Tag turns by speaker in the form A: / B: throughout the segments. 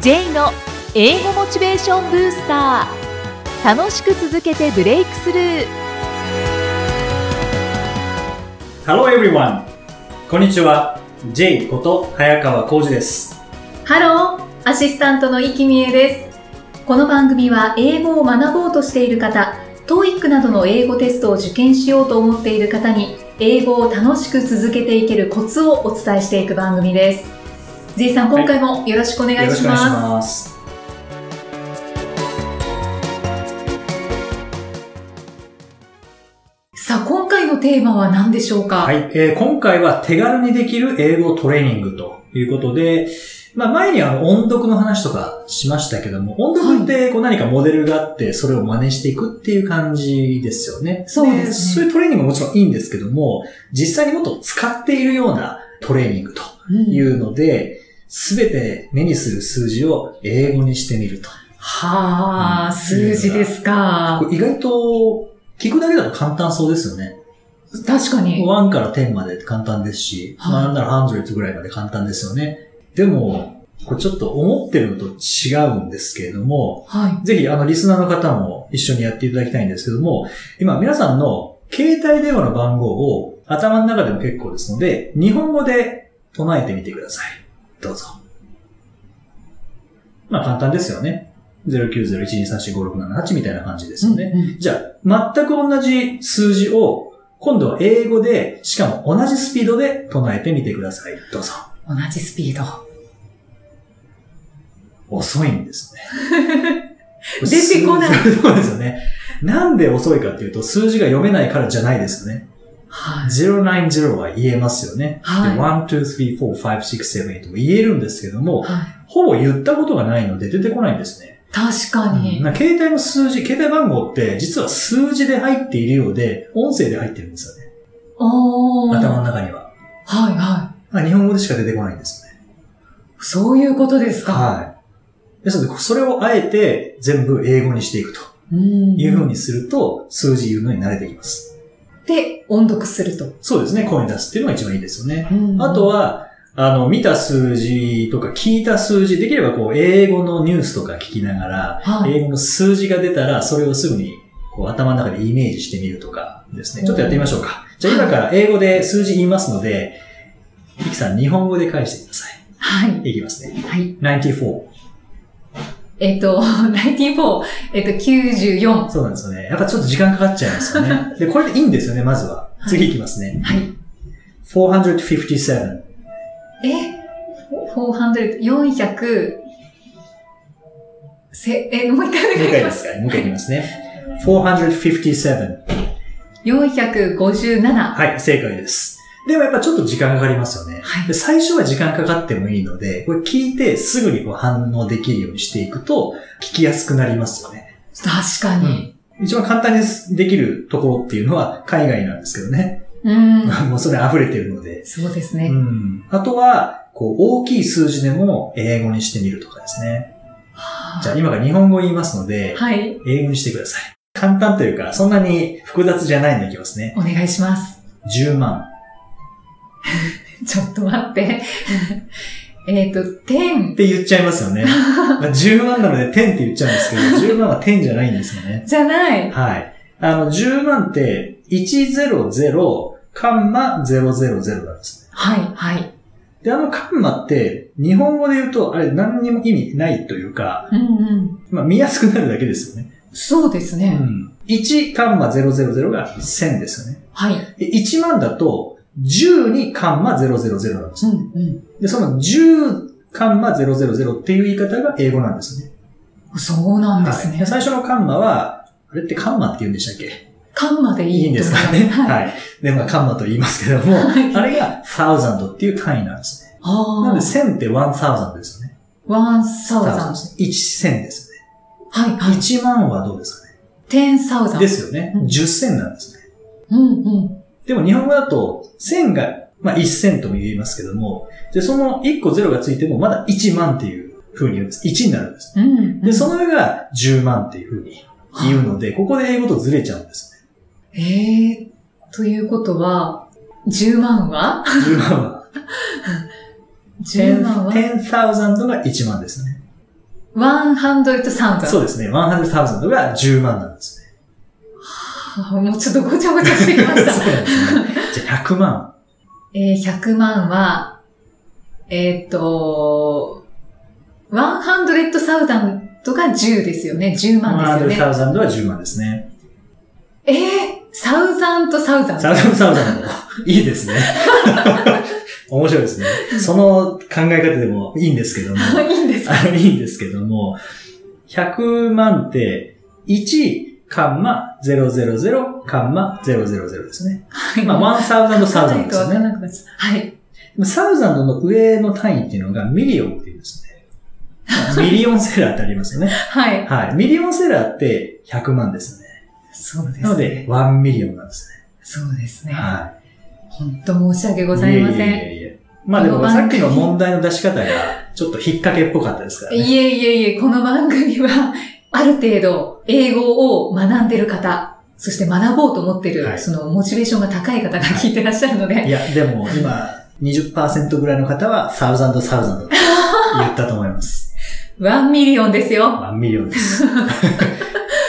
A: J の英語モチベーションブースター楽しく続けてブレイクスルー
B: Hello everyone! こんにちは。J こと早川浩二です。
A: ハローアシスタントの生きみえですこの番組は英語を学ぼうとしている方 TOEIC などの英語テストを受験しようと思っている方に英語を楽しく続けていけるコツをお伝えしていく番組です J さん
B: はい
A: 今回もよろしくお願いします,、
B: す。
A: さあ今回のテーマは何でしょうか
B: はい、えー今回は手軽にできる英語トレーニングということで、まあ前にあの音読の話とかしましたけども、音読ってこう何かモデルがあって、それを真似していくっていう感じですよね。
A: そうですね
B: そういうトレーニングももちろんいいんですけども、実際にもっと使っているようなトレーニングと
A: うん
B: いうので、すべて目にする数字を英語にしてみると。
A: はあ、
B: うん
A: 数字ですか
B: こ。れ意外と、聞くだけだと簡単そうですよね。
A: 確かに。
B: 1から10まで簡単ですし、
A: はい
B: まあなんなら100ぐらいまで簡単ですよね。でも、これちょっと思ってるのと違うんですけれども、
A: はい。
B: ぜひあのリスナーの方も一緒にやっていただきたいんですけども、今皆さんの携帯電話の番号を頭の中でも結構ですので、日本語で唱えてみてください。どうぞ。まあ簡単ですよね。0901234567みたいな感じですよね。
A: うんうん
B: じゃあ、全く同じ数字を、今度は英語で、しかも同じスピードで唱えてみてください。どうぞ。
A: 同じスピード。
B: 遅いんですね。
A: 出てこない
B: 数字そうですよね。なんで遅いかっていうと、数字が読めないからじゃないですよね。
A: はい。
B: 090は言えますよね。
A: はい
B: で1、2、3、4、5、6、7、8も言えるんですけども、
A: はい
B: ほぼ言ったことがないので出てこないんですね。
A: 確かに。
B: なんか携帯の数字、携帯番号って実は数字で入っているようで、音声で入ってるんですよね。
A: おお。
B: 頭の
A: はい
B: 中には。
A: は
B: なんか日本語でしか出てこないんですよね。
A: い。そういうことですか。
B: はい。ですので、それをあえて全部英語にしていくと
A: うん。
B: いうふう
A: に。
B: にすると、数字言うのに慣れてきます。
A: で、音読すると。
B: そうですね、声に出すっていうのが一番いいですよね。
A: うん
B: あと、は、あの、見た数字とか聞いた数字、できればこう、英語のニュースとか聞きながら、
A: はい。
B: 英語の数字が出たら、それをすぐにこう頭の中でイメージしてみるとかですね。ちょっとやってみましょうか。じゃあ今から英語で数字言いますので、いきさん日本語で返してくださ
A: はい。
B: い。いきますね。
A: はい。
B: 94。
A: えっと、94、えっと、94。
B: そうなんですよね。やっぱちょっと時間かかっちゃいますよ ね。で、これでいいんですよね、まずは。次いきますね。
A: はい。
B: 457。
A: え ?400、400、せ、え、もう一回お
B: もう一
A: 願いし
B: 回で
A: ますす。
B: かもう一回いきますね。457。
A: 457。
B: はい、正解です。でもやっぱちょっと時間かかりますよね。
A: はい
B: で最初は時間かかってもいいので、これ聞いてすぐにこう反応できるようにしていくと、聞きやすくなりますよね。
A: 確かに。
B: 一番簡単にできるところっていうのは海外なんですけどね。
A: うん。
B: もうそれ溢れてるので。
A: そうです
B: う
A: ね。
B: ん。あとは、こう、大きい数字でも英語にしてみるとかですね。
A: はあ
B: じゃあ今から日本語言いますので、
A: はい。
B: 英語にしてください。簡単というか、そんなに複雑じゃないのいきますね。
A: お願いします。
B: 10万。
A: ちょっと待って。 えっと、
B: っ
A: 10。
B: て言っちゃいますよね。まあ10万なので10って言っちゃうんですけど、10万は10じゃないんですよね。
A: じゃない。
B: はい。あの、10万って、100カンマ000なんですね。
A: はい、はい。
B: で、あのカンマって、日本語で言うと、あれ何にも意味ないというか、
A: うんうん。
B: まあ見やすくなるだけですよね。
A: そうです
B: う
A: ね。
B: ん。1カンマ000が1000ですよね。
A: はい。
B: で、1万だと、12カンマ000なんですよ
A: うんうん。
B: で、その10カンマ000っていう言い方が英語なんですね。
A: そうなんです
B: は
A: ね
B: い。最初のカンマは、あれってカンマって言うんでしたっけ
A: カンマでいい
B: いいんですかね。
A: はい。
B: はい。で、まあカンマと言いますけども、
A: はい
B: あれが1000っていう単位なんですね。な
A: あ
B: の
A: あ
B: で。1000って1000ですよね。
A: ワンサウザン。
B: 1000ですね。
A: はい、はい。
B: 1万はどうですかね。
A: 10サウザン。
B: ですよね。
A: うん
B: 1000なんですね。
A: うんうん。
B: でも日本語だと、1000が、まあ1000とも言いますけども、で、その1個0がついてもまだ1万っていう風に言うんです。1になるんです。
A: うんうん。
B: で、その上が10万っていう風に言うので、ここで英語とずれちゃうんですよね。
A: ええということは、10万は
B: 10万は。
A: ?10 万は
B: ?10,000 が1万ですね。
A: 100,000.
B: そうですね。100,000が10万なんですね。
A: はあもうちょっとごちゃごちゃしてきまし
B: そ
A: た。
B: うなんですねじゃあ100万。
A: えー、100万は、えーっと、100,000が10ですよね。10万ですよね。
B: 100,000は10万ですね。
A: えー、サウザンとサウザン。
B: 100,000もい いですね。面白いですね。その考え方でもいいんですけども。
A: いいんですか
B: あのいいんですけども、100万って、1カンマ000カンマ000ですね。まあ、1000と1000ですよね。
A: なくなっちゃったはい。
B: 1000の上の単位っていうのがミリオンっていうんですね。まあミリオンセラーってありますよね。
A: はい。
B: はい。ミリオンセラーって100万ですね。
A: そうですね。
B: なので、1ミリオンなんです
A: そうですね
B: ね。。は
A: 本当申し訳
B: い。
A: ございません。
B: い
A: い
B: えいえいえ。まあで
A: こ
B: も
A: の
B: さ
A: 番
B: っき
A: 組
B: の問題の出し方がちょっと引っ掛けっぽかったですからね。
A: えいえいえ、この番組は、ある程度、英語を学んでる方、そして学ぼうと思ってる、
B: はい
A: その、モチベーションが高い方が聞いてらっしゃるので、
B: いや、でも今、20%ぐらいの方は、サウザンドサウザンドって言ったと思い ます。
A: ワンミリオンですよ。
B: ワンミリオンです。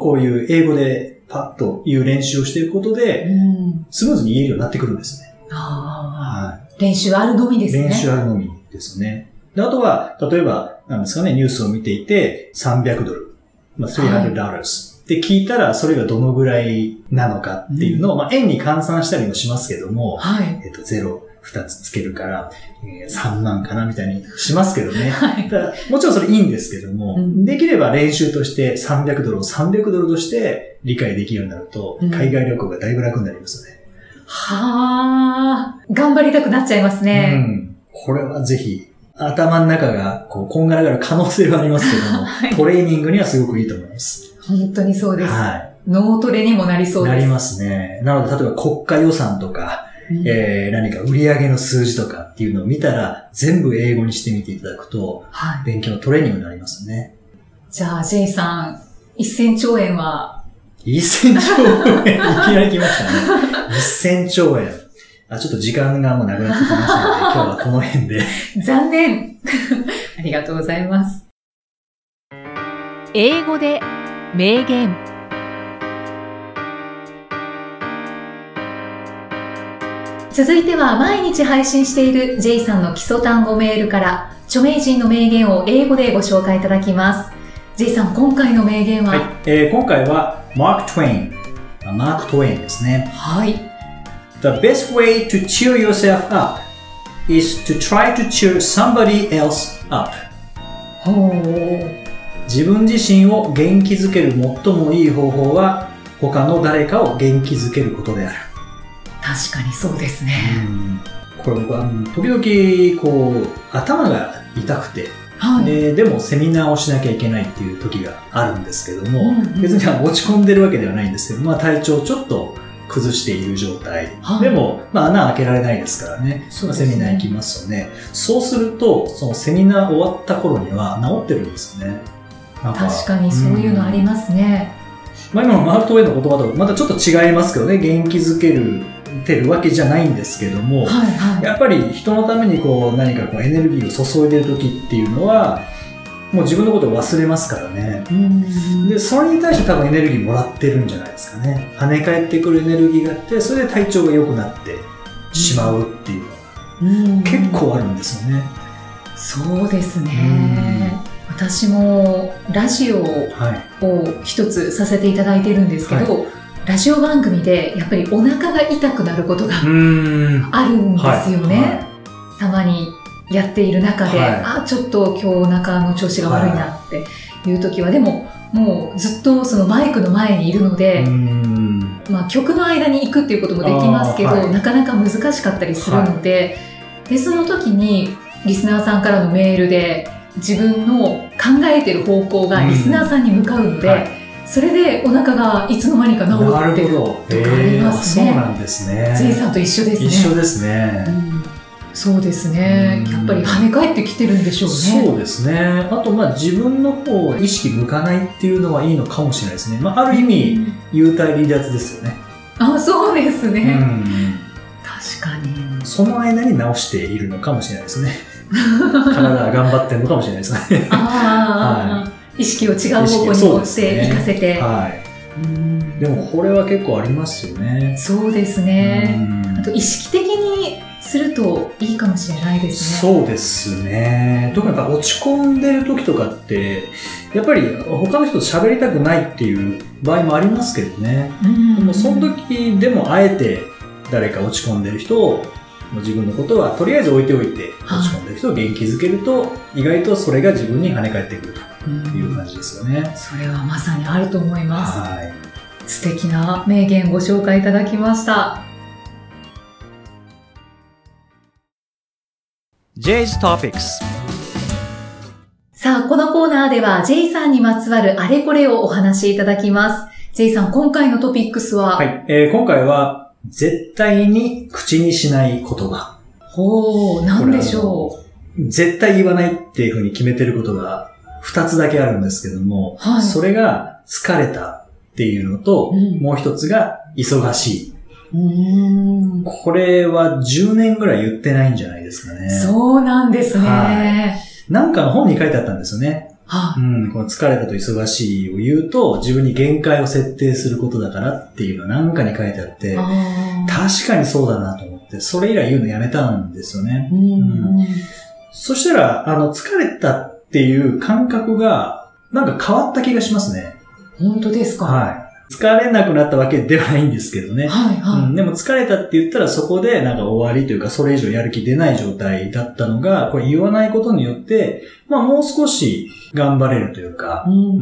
B: こういう英語でパッと言う練習をしていくことで、
A: うん。
B: スムーズに言えるようになってくるんですね。
A: あ
B: は
A: ー練習あるのみで
B: い。
A: すね。
B: 練習あるのみですね。であとは、例えば、なんですかね、ニュースを見ていて、300ドル、まあ、300ドルって聞いたら、それがどのぐらいなのかっていうのを、まあ、円に換算したりもしますけども、
A: はい。
B: えっと、ゼロ2つつけるから、えー3万かなみたいにしますけどね。
A: はい。
B: ただもちろんそれいいんですけども、
A: うん
B: できれば練習として300ドルを300ドルとして理解できるようになると、
A: うん
B: 海外旅行がだいぶ楽になりますよね。
A: はあ、頑張りたくなっちゃいます
B: う
A: ね。
B: ん。これはぜひ、頭の中がこうこんがらがる可能性はありますけど も、
A: はい
B: トレーニングにはすごくいいと思います。
A: 本当にそうです。
B: は
A: 脳トレにもなり
B: い。
A: そう
B: な
A: で
B: り
A: す。
B: ますね。なので、例えば国家予算とか、
A: うん
B: えー、何か売上の数字とかっていうのを見たら、全部英語にしてみていただくと、
A: はい。
B: 勉強のトレーニングになりますね。
A: じゃあ、J さん、1000兆円は、
B: 1000兆円いきなり来ましたね。1000兆円。あ、ちょっと時間がもうなくなってきましたので、今日はこの辺で。
A: 残念 ありがとうございます。英語で名言。続いては毎日配信している J さんの基礎単語メールから著名人の名言を英語でご紹介いただきます。J さん、今回の名言は、
B: はい。えー、今回は、マーク・トウェイン。あマーク・トウェインですね。
A: はい。
B: The best way to cheer yourself up is to try to cheer somebody else up.
A: ほう。
B: 自分自身を元気づける最もいい方法は他の誰かを元気づけることである、
A: 確かにそうですね。
B: これ僕はうん時々こう頭が痛くて、
A: はい。
B: ででもセミナーをしなきゃいけないっていう時があるんですけども、
A: うんうん
B: 別には落ち込んでるわけではないんですけど、まあ、体調をちょっと崩している状態、
A: はい
B: でも、まあ、穴開けられないですからね
A: そう
B: まあ
A: です
B: セ
A: ね
B: ミナー行きますよねそうするとそのセミナー終わった頃には治ってるんですよねなん
A: 確かにそういうのあり
B: ん
A: ますね。
B: まあ、今のマークトウェイの言葉とまたちょっと違いますけどね元気づけるてるわけじゃないんですけど
A: は
B: も、
A: いはい。
B: やっぱり人のためにこう何かこうエネルギーを注いでる時っていうのはもう自分のことを忘れますからね
A: うん
B: でそれに対して多分エネルギーもらってるんじゃないですかね跳ね返ってくるエネルギーがあってそれで体調が良くなってしまうっていうのが
A: うん
B: 結構あるんですよね、
A: そうですね私もラジオを
B: はい
A: 一つさせていただいてるんですけど、ラジオ番組でやっぱりお腹が痛くなることが
B: ん
A: あるんですよね、たまにやっている中で、
B: はい
A: あちょっと今日お腹の調子が悪いなっていう時は、でももうずっとそのマイクの前にいるので、
B: うん
A: まあ、曲の間に行くっていうこともできますけど、
B: あーはい
A: なかなか難しかったりするので、でその時にリスナーさんからのメールで自分の考えてる方向が
B: うん
A: リスナーさんに向かうので、
B: はい
A: それでお腹がいつの間にか治
B: な
A: って
B: る
A: る
B: ほど
A: とかありますね
B: えーそうなんですね
A: J さんと一緒ですね。
B: 一緒ですね、
A: うんそうですね
B: うん
A: やっぱり跳ね返ってきてるんでしょうね。
B: そうですね。あと、まあ、自分の方、意識向かないっていうのはいいのかもしれないですね。まあ、ある意味、幽体離脱ですよね。
A: あそうですね、
B: うん。
A: 確かに
B: その間に直しているのかもしれないですね。体が頑張ってるのかもしれないですね。
A: ああ、意識を違う方向に持っていかせて。
B: はい。
A: うん
B: でもこれは結構ありますよね。
A: そうですね。
B: うん
A: あと意識的にするといいかもしれないですね。
B: そうですね。特にやっぱ落ち込んでる時とかって、やっぱり他の人と喋りたくないっていう場合もありますけどね。
A: うん
B: でもその時でもあえて誰か落ち込んでる人を、もう自分のことはとりあえず置いておいて、
A: はい
B: 落ち込んでる人を元気づけると、意外とそれが自分に跳ね返ってくる
A: う
B: というん感じですよね。
A: それはまさにあると思います。
B: はい。
A: 素敵な名言ご紹介いただきました。
B: J's Topics
A: さあ、このコーナーでは J さんにまつわるあれこれをお話しいただきます。J さん、今回のトピックスは、
B: はい、えー今回は、絶対に口にしない言葉。
A: ほう、なんでしょ
B: 絶対言わないっていうふうに決めてることが2つだけあるんですけども、
A: はい
B: それが疲れたっていうのと、
A: うん
B: もう一つが忙しい。
A: う。うーん。
B: これは10年ぐらい言ってないんじゃないですかね。
A: そうなんですね。
B: なんかの本に書いてあったんですよね。
A: は
B: うん、この疲れたと忙しいを言うと、自分に限界を設定することだからっていうのがなんかに書いてあって、
A: あー
B: 確かにそうだなと思って、それ以来言うのやめたんですよね。
A: うん
B: そしたら、あの、疲れたっていう感覚が、なんか変わった気がしますね。
A: 本当ですか。
B: はい。疲れなくなったわけではないんですけどね。
A: はい、
B: う
A: は
B: ん、でも疲れたって言ったらそこでなんか終わりというかそれ以上やる気出ない状態だったのが、これ言わないことによって、まあもう少し頑張れるというか、
A: い。う
B: うん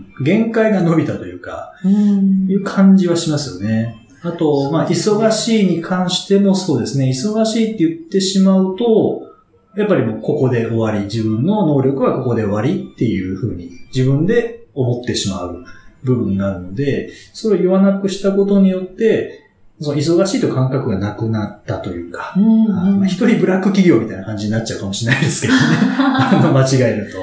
B: ん、限界が伸びたというか、
A: うん
B: いう感じはしますよね。あと、まあ、忙しいに関してもそうですね。忙しいって言ってしまうと、やっぱりもうここで終わり、自分の能力はここで終わりっていうふうに自分で思ってしまう部分があるので、それを言わなくしたことによって、その忙しいという感覚がなくなったというか、
A: うん
B: あまあ一人ブラック企業みたいな感じになっちゃうかもしれないですけどね。 あの間違えると。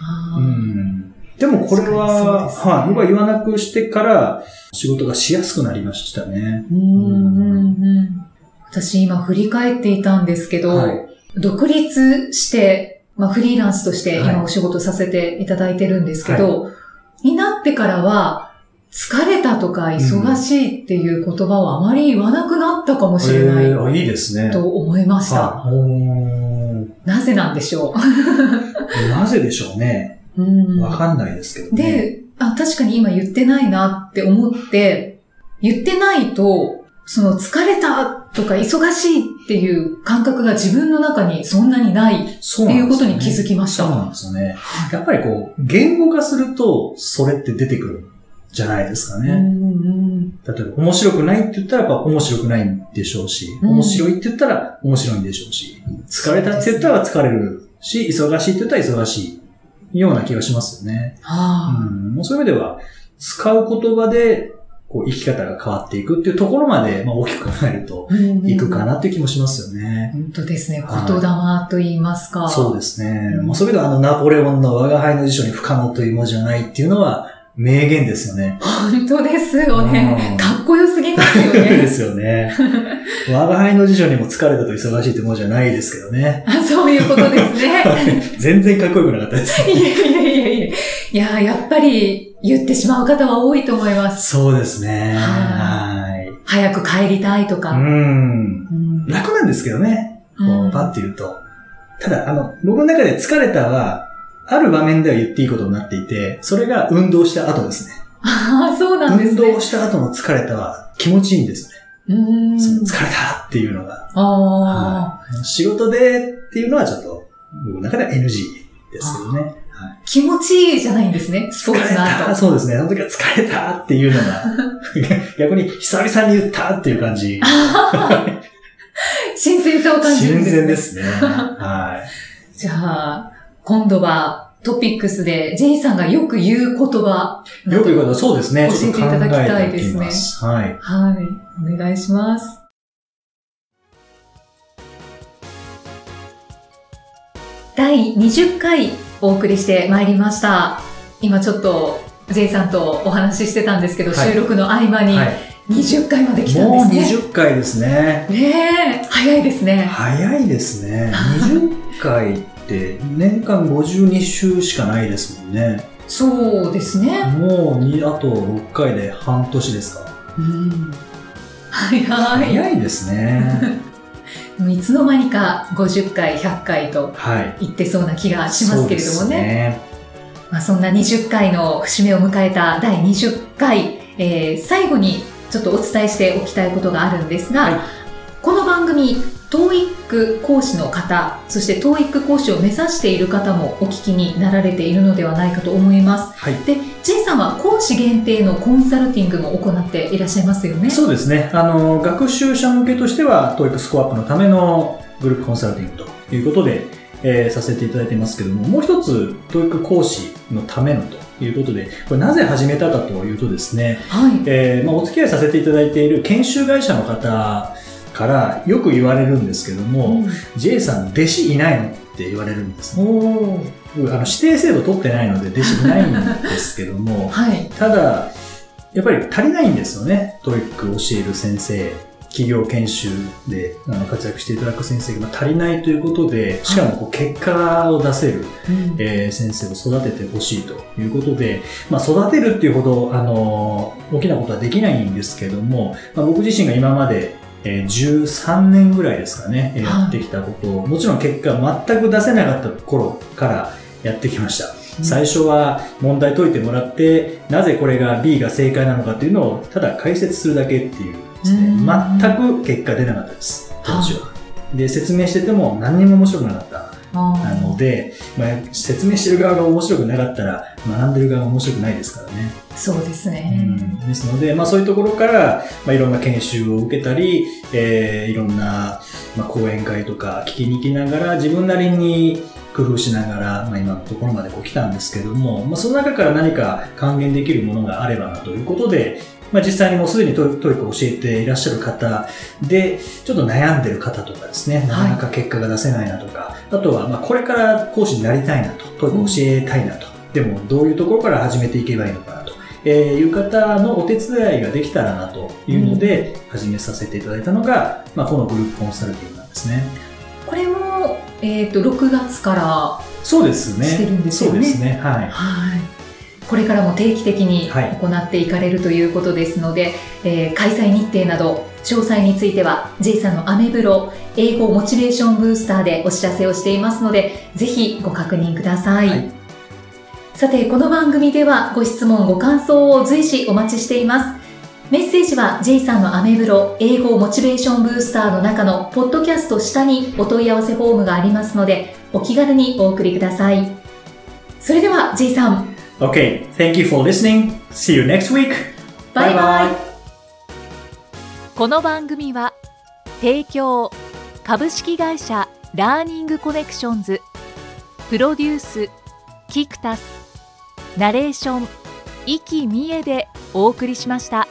A: あー
B: うんでもこれは、
A: 確か
B: はい、
A: にそうですね
B: 僕は言わなくしてから仕事がしやすくなりましたね。
A: うんうんうん私今振り返っていたんですけど、
B: はい。
A: 独立して、まあ、フリーランスとして
B: はい
A: 今お仕事させていただいてるんですけど、になってからは、疲れたとか忙しいっていう言葉をあまり言わなくなったかもしれない
B: えーあいいですね。
A: と思いました。
B: はいお
A: なぜなんでしょ
B: ーなぜでしょうね。
A: う。うん
B: わかんないですけどね。
A: であ、確かに今言ってないなって思って、言ってないと、その疲れたとか忙しいっていう感覚が自分の中にそんなにないっ
B: そう
A: て
B: ない
A: う
B: んで
A: こ
B: す
A: と
B: よね
A: に気づきまし
B: そう
A: た。
B: なんですよね。やっぱりこう、言語化すると、それって出てくるんじゃないですか
A: うん
B: ね。
A: うん
B: 例えば、面白くないって言ったら、やっぱ面白くないんでしょうし、
A: うん
B: 面白いって言ったら面白いんでしょうし、疲れたって言ったら疲れるし、忙しいって言ったら忙しいような気がしますよね。
A: はあ
B: うん、もうそういう意味では、使う言葉で、こう、生き方が変わっていくっていうところまで、まあ、大きく考えると、いくかなっていう気もしますよね。
A: 本当ですね。言
B: はい
A: 霊と言いますか。
B: そうですね。もうそういう意味では、あの、ナポレオンの我が輩の辞書に不可能という文字はないっていうのは、名言ですよね。
A: 本当ですよ
B: う
A: ね
B: ん。
A: かっこよすぎますよ
B: で
A: ね。
B: すよ ね。我が輩の辞書にも疲れたと忙しいって文字はないですけどね。
A: あそういうことですね。
B: 全然かっこよくなかったです。
A: いやいやいやいや。いや、やっぱり言ってしまう方は多いと思います。
B: そうですね。
A: は
B: はい。
A: 早く帰りたいと
B: う
A: か。う
B: ん。
A: ん
B: 楽なんですけどね。こう、パッて言うと。ただ、あの、僕の中で疲れたは、ある場面では言っていいことになっていて、それが運動した後ですね。
A: ああ、 そうなんで
B: 運
A: すね
B: 動。した後の疲れたは気持ちいいんですね。
A: うん
B: その疲れたっていうのが。
A: ああ、
B: 仕事でっていうのはちょっと、僕の中では NG ですけどね。
A: 気持ちいいじゃないんですね、スポ
B: 疲
A: ーツ
B: れ
A: の
B: た。
A: 後。
B: そうですね。あの時は疲れたっていうのが、 逆に久々に言ったっていう感じ。
A: 新鮮さを感じるん
B: 新
A: ですね
B: 鮮ですね。は
A: じゃあ、今度はトピックスで、ジェイさんがよく言う言葉。
B: い。よく言うこと、そうですね。
A: 教えていただきたいですね
B: ちょっと考えておきます。はい。
A: はい。お願いします。第20回お送りしてまいりました。今ちょっと、ジェイさんとお話ししてたんですけど、
B: はい
A: 収録の合間に、
B: はい
A: 20回まで来たん
B: もう
A: ですね。
B: 20回ですね。
A: ねえ、早いですね。
B: 早いです ね。20回って年間52週しかないですもんね。
A: そうですね。
B: もうにあと6回で半年ですか。
A: うん。早い。
B: 早いですね。
A: いつの間にか50回、100回と
B: はい。
A: 言ってそうな気がしますけれども
B: そうです
A: ね。
B: ね。
A: まあ、そんな20回の節目を迎えた第20回、えー最後にちょっとお伝えしておきたいことがあるんですが、
B: はい
A: この番組 TOEIC 講師の方そして TOEIC 講師を目指している方もお聞きになられているのではないかと思います
B: はい。
A: で J さんは講師限定のコンサルティングも行っていらっしゃいますよね
B: そうですね。あの、学習者向けとしては、TOEIC スコアアップのためのグループコンサルティングということで、えーさせていただいてますけども、もう一つ、TOEIC 講師のためのということで、これなぜ始めたかというとですね、
A: はい
B: えーまあ、お付き合いさせていただいている研修会社の方からよく言われるんですけども、J さん、弟子いないのって言われるんですね。
A: おー
B: 僕あの指定制度取ってないので、弟子いないんですけども、
A: はい
B: ただ、やっぱり足りないんですよね。トイック教える先生、企業研修であの活躍していただく先生が足りないということで、しかもこう結果を出せる、
A: うん
B: えー先生を育ててほしいということで、まあ、育てるっていうほど、あのー大きなことはできないんですけども、まあ、僕自身が今まで、えー13年ぐらいですかね、えー
A: はい
B: やってきたことを、もちろん結果全く出せなかった頃からやってきました。最初は問題解いてもらって、なぜこれが B が正解なのかっていうのをただ解説するだけっていうですね、
A: うん
B: 全く結果出なかったです、当時は。で、説明してても何にも面白くなかった。
A: あー
B: なので、まあ、説明してる側が面白くなかったら学んでる側は面白くないですからね。
A: そうです
B: う
A: ね、
B: んですので、まあ、そういうところから、まあ、いろんな研修を受けたり、えーいろんな、まあ、講演会とか聞きに行きながら自分なりに工夫しながら、まあ、今のところまでこう来たんですけども、まあ、その中から何か還元できるものがあればなということで、まあ、実際にもうすでにトイトイックを教えていらっしゃる方でちょっと悩んでる方とかですねなかなか結果が出せないなとか、あとはまあこれから講師になりたいなとトイックを教えたいなと、でもどういうところから始めていけばいいのかなと。えーいう方のお手伝いができたらなというので、始めさせていただいたのが、まあ、このグループコンサルティングなんですね。
A: これも、えー、と6月から
B: そうですね。
A: してるんですよね
B: そうですね。はい。
A: はい。これからも定期的に
B: はい
A: 行っていかれるということですので、えー開催日程など詳細については J さんのアメブロ英語モチベーションブースターでお知らせをしていますのでぜひご確認ください、
B: はい
A: さてこの番組ではご質問ご感想を随時お待ちしていますメッセージは J さんのアメブロ英語モチベーションブースターの中のポッドキャスト下にお問い合わせフォームがありますのでお気軽にお送りくださいそれでは J さん
B: Okay, thank you for listening. See you next week.
A: バイバイ
B: Bye bye.
C: この番組は提供株式会社ラーニングコネクションズプロデュースキクタスナレーション生きみえでお送りしました。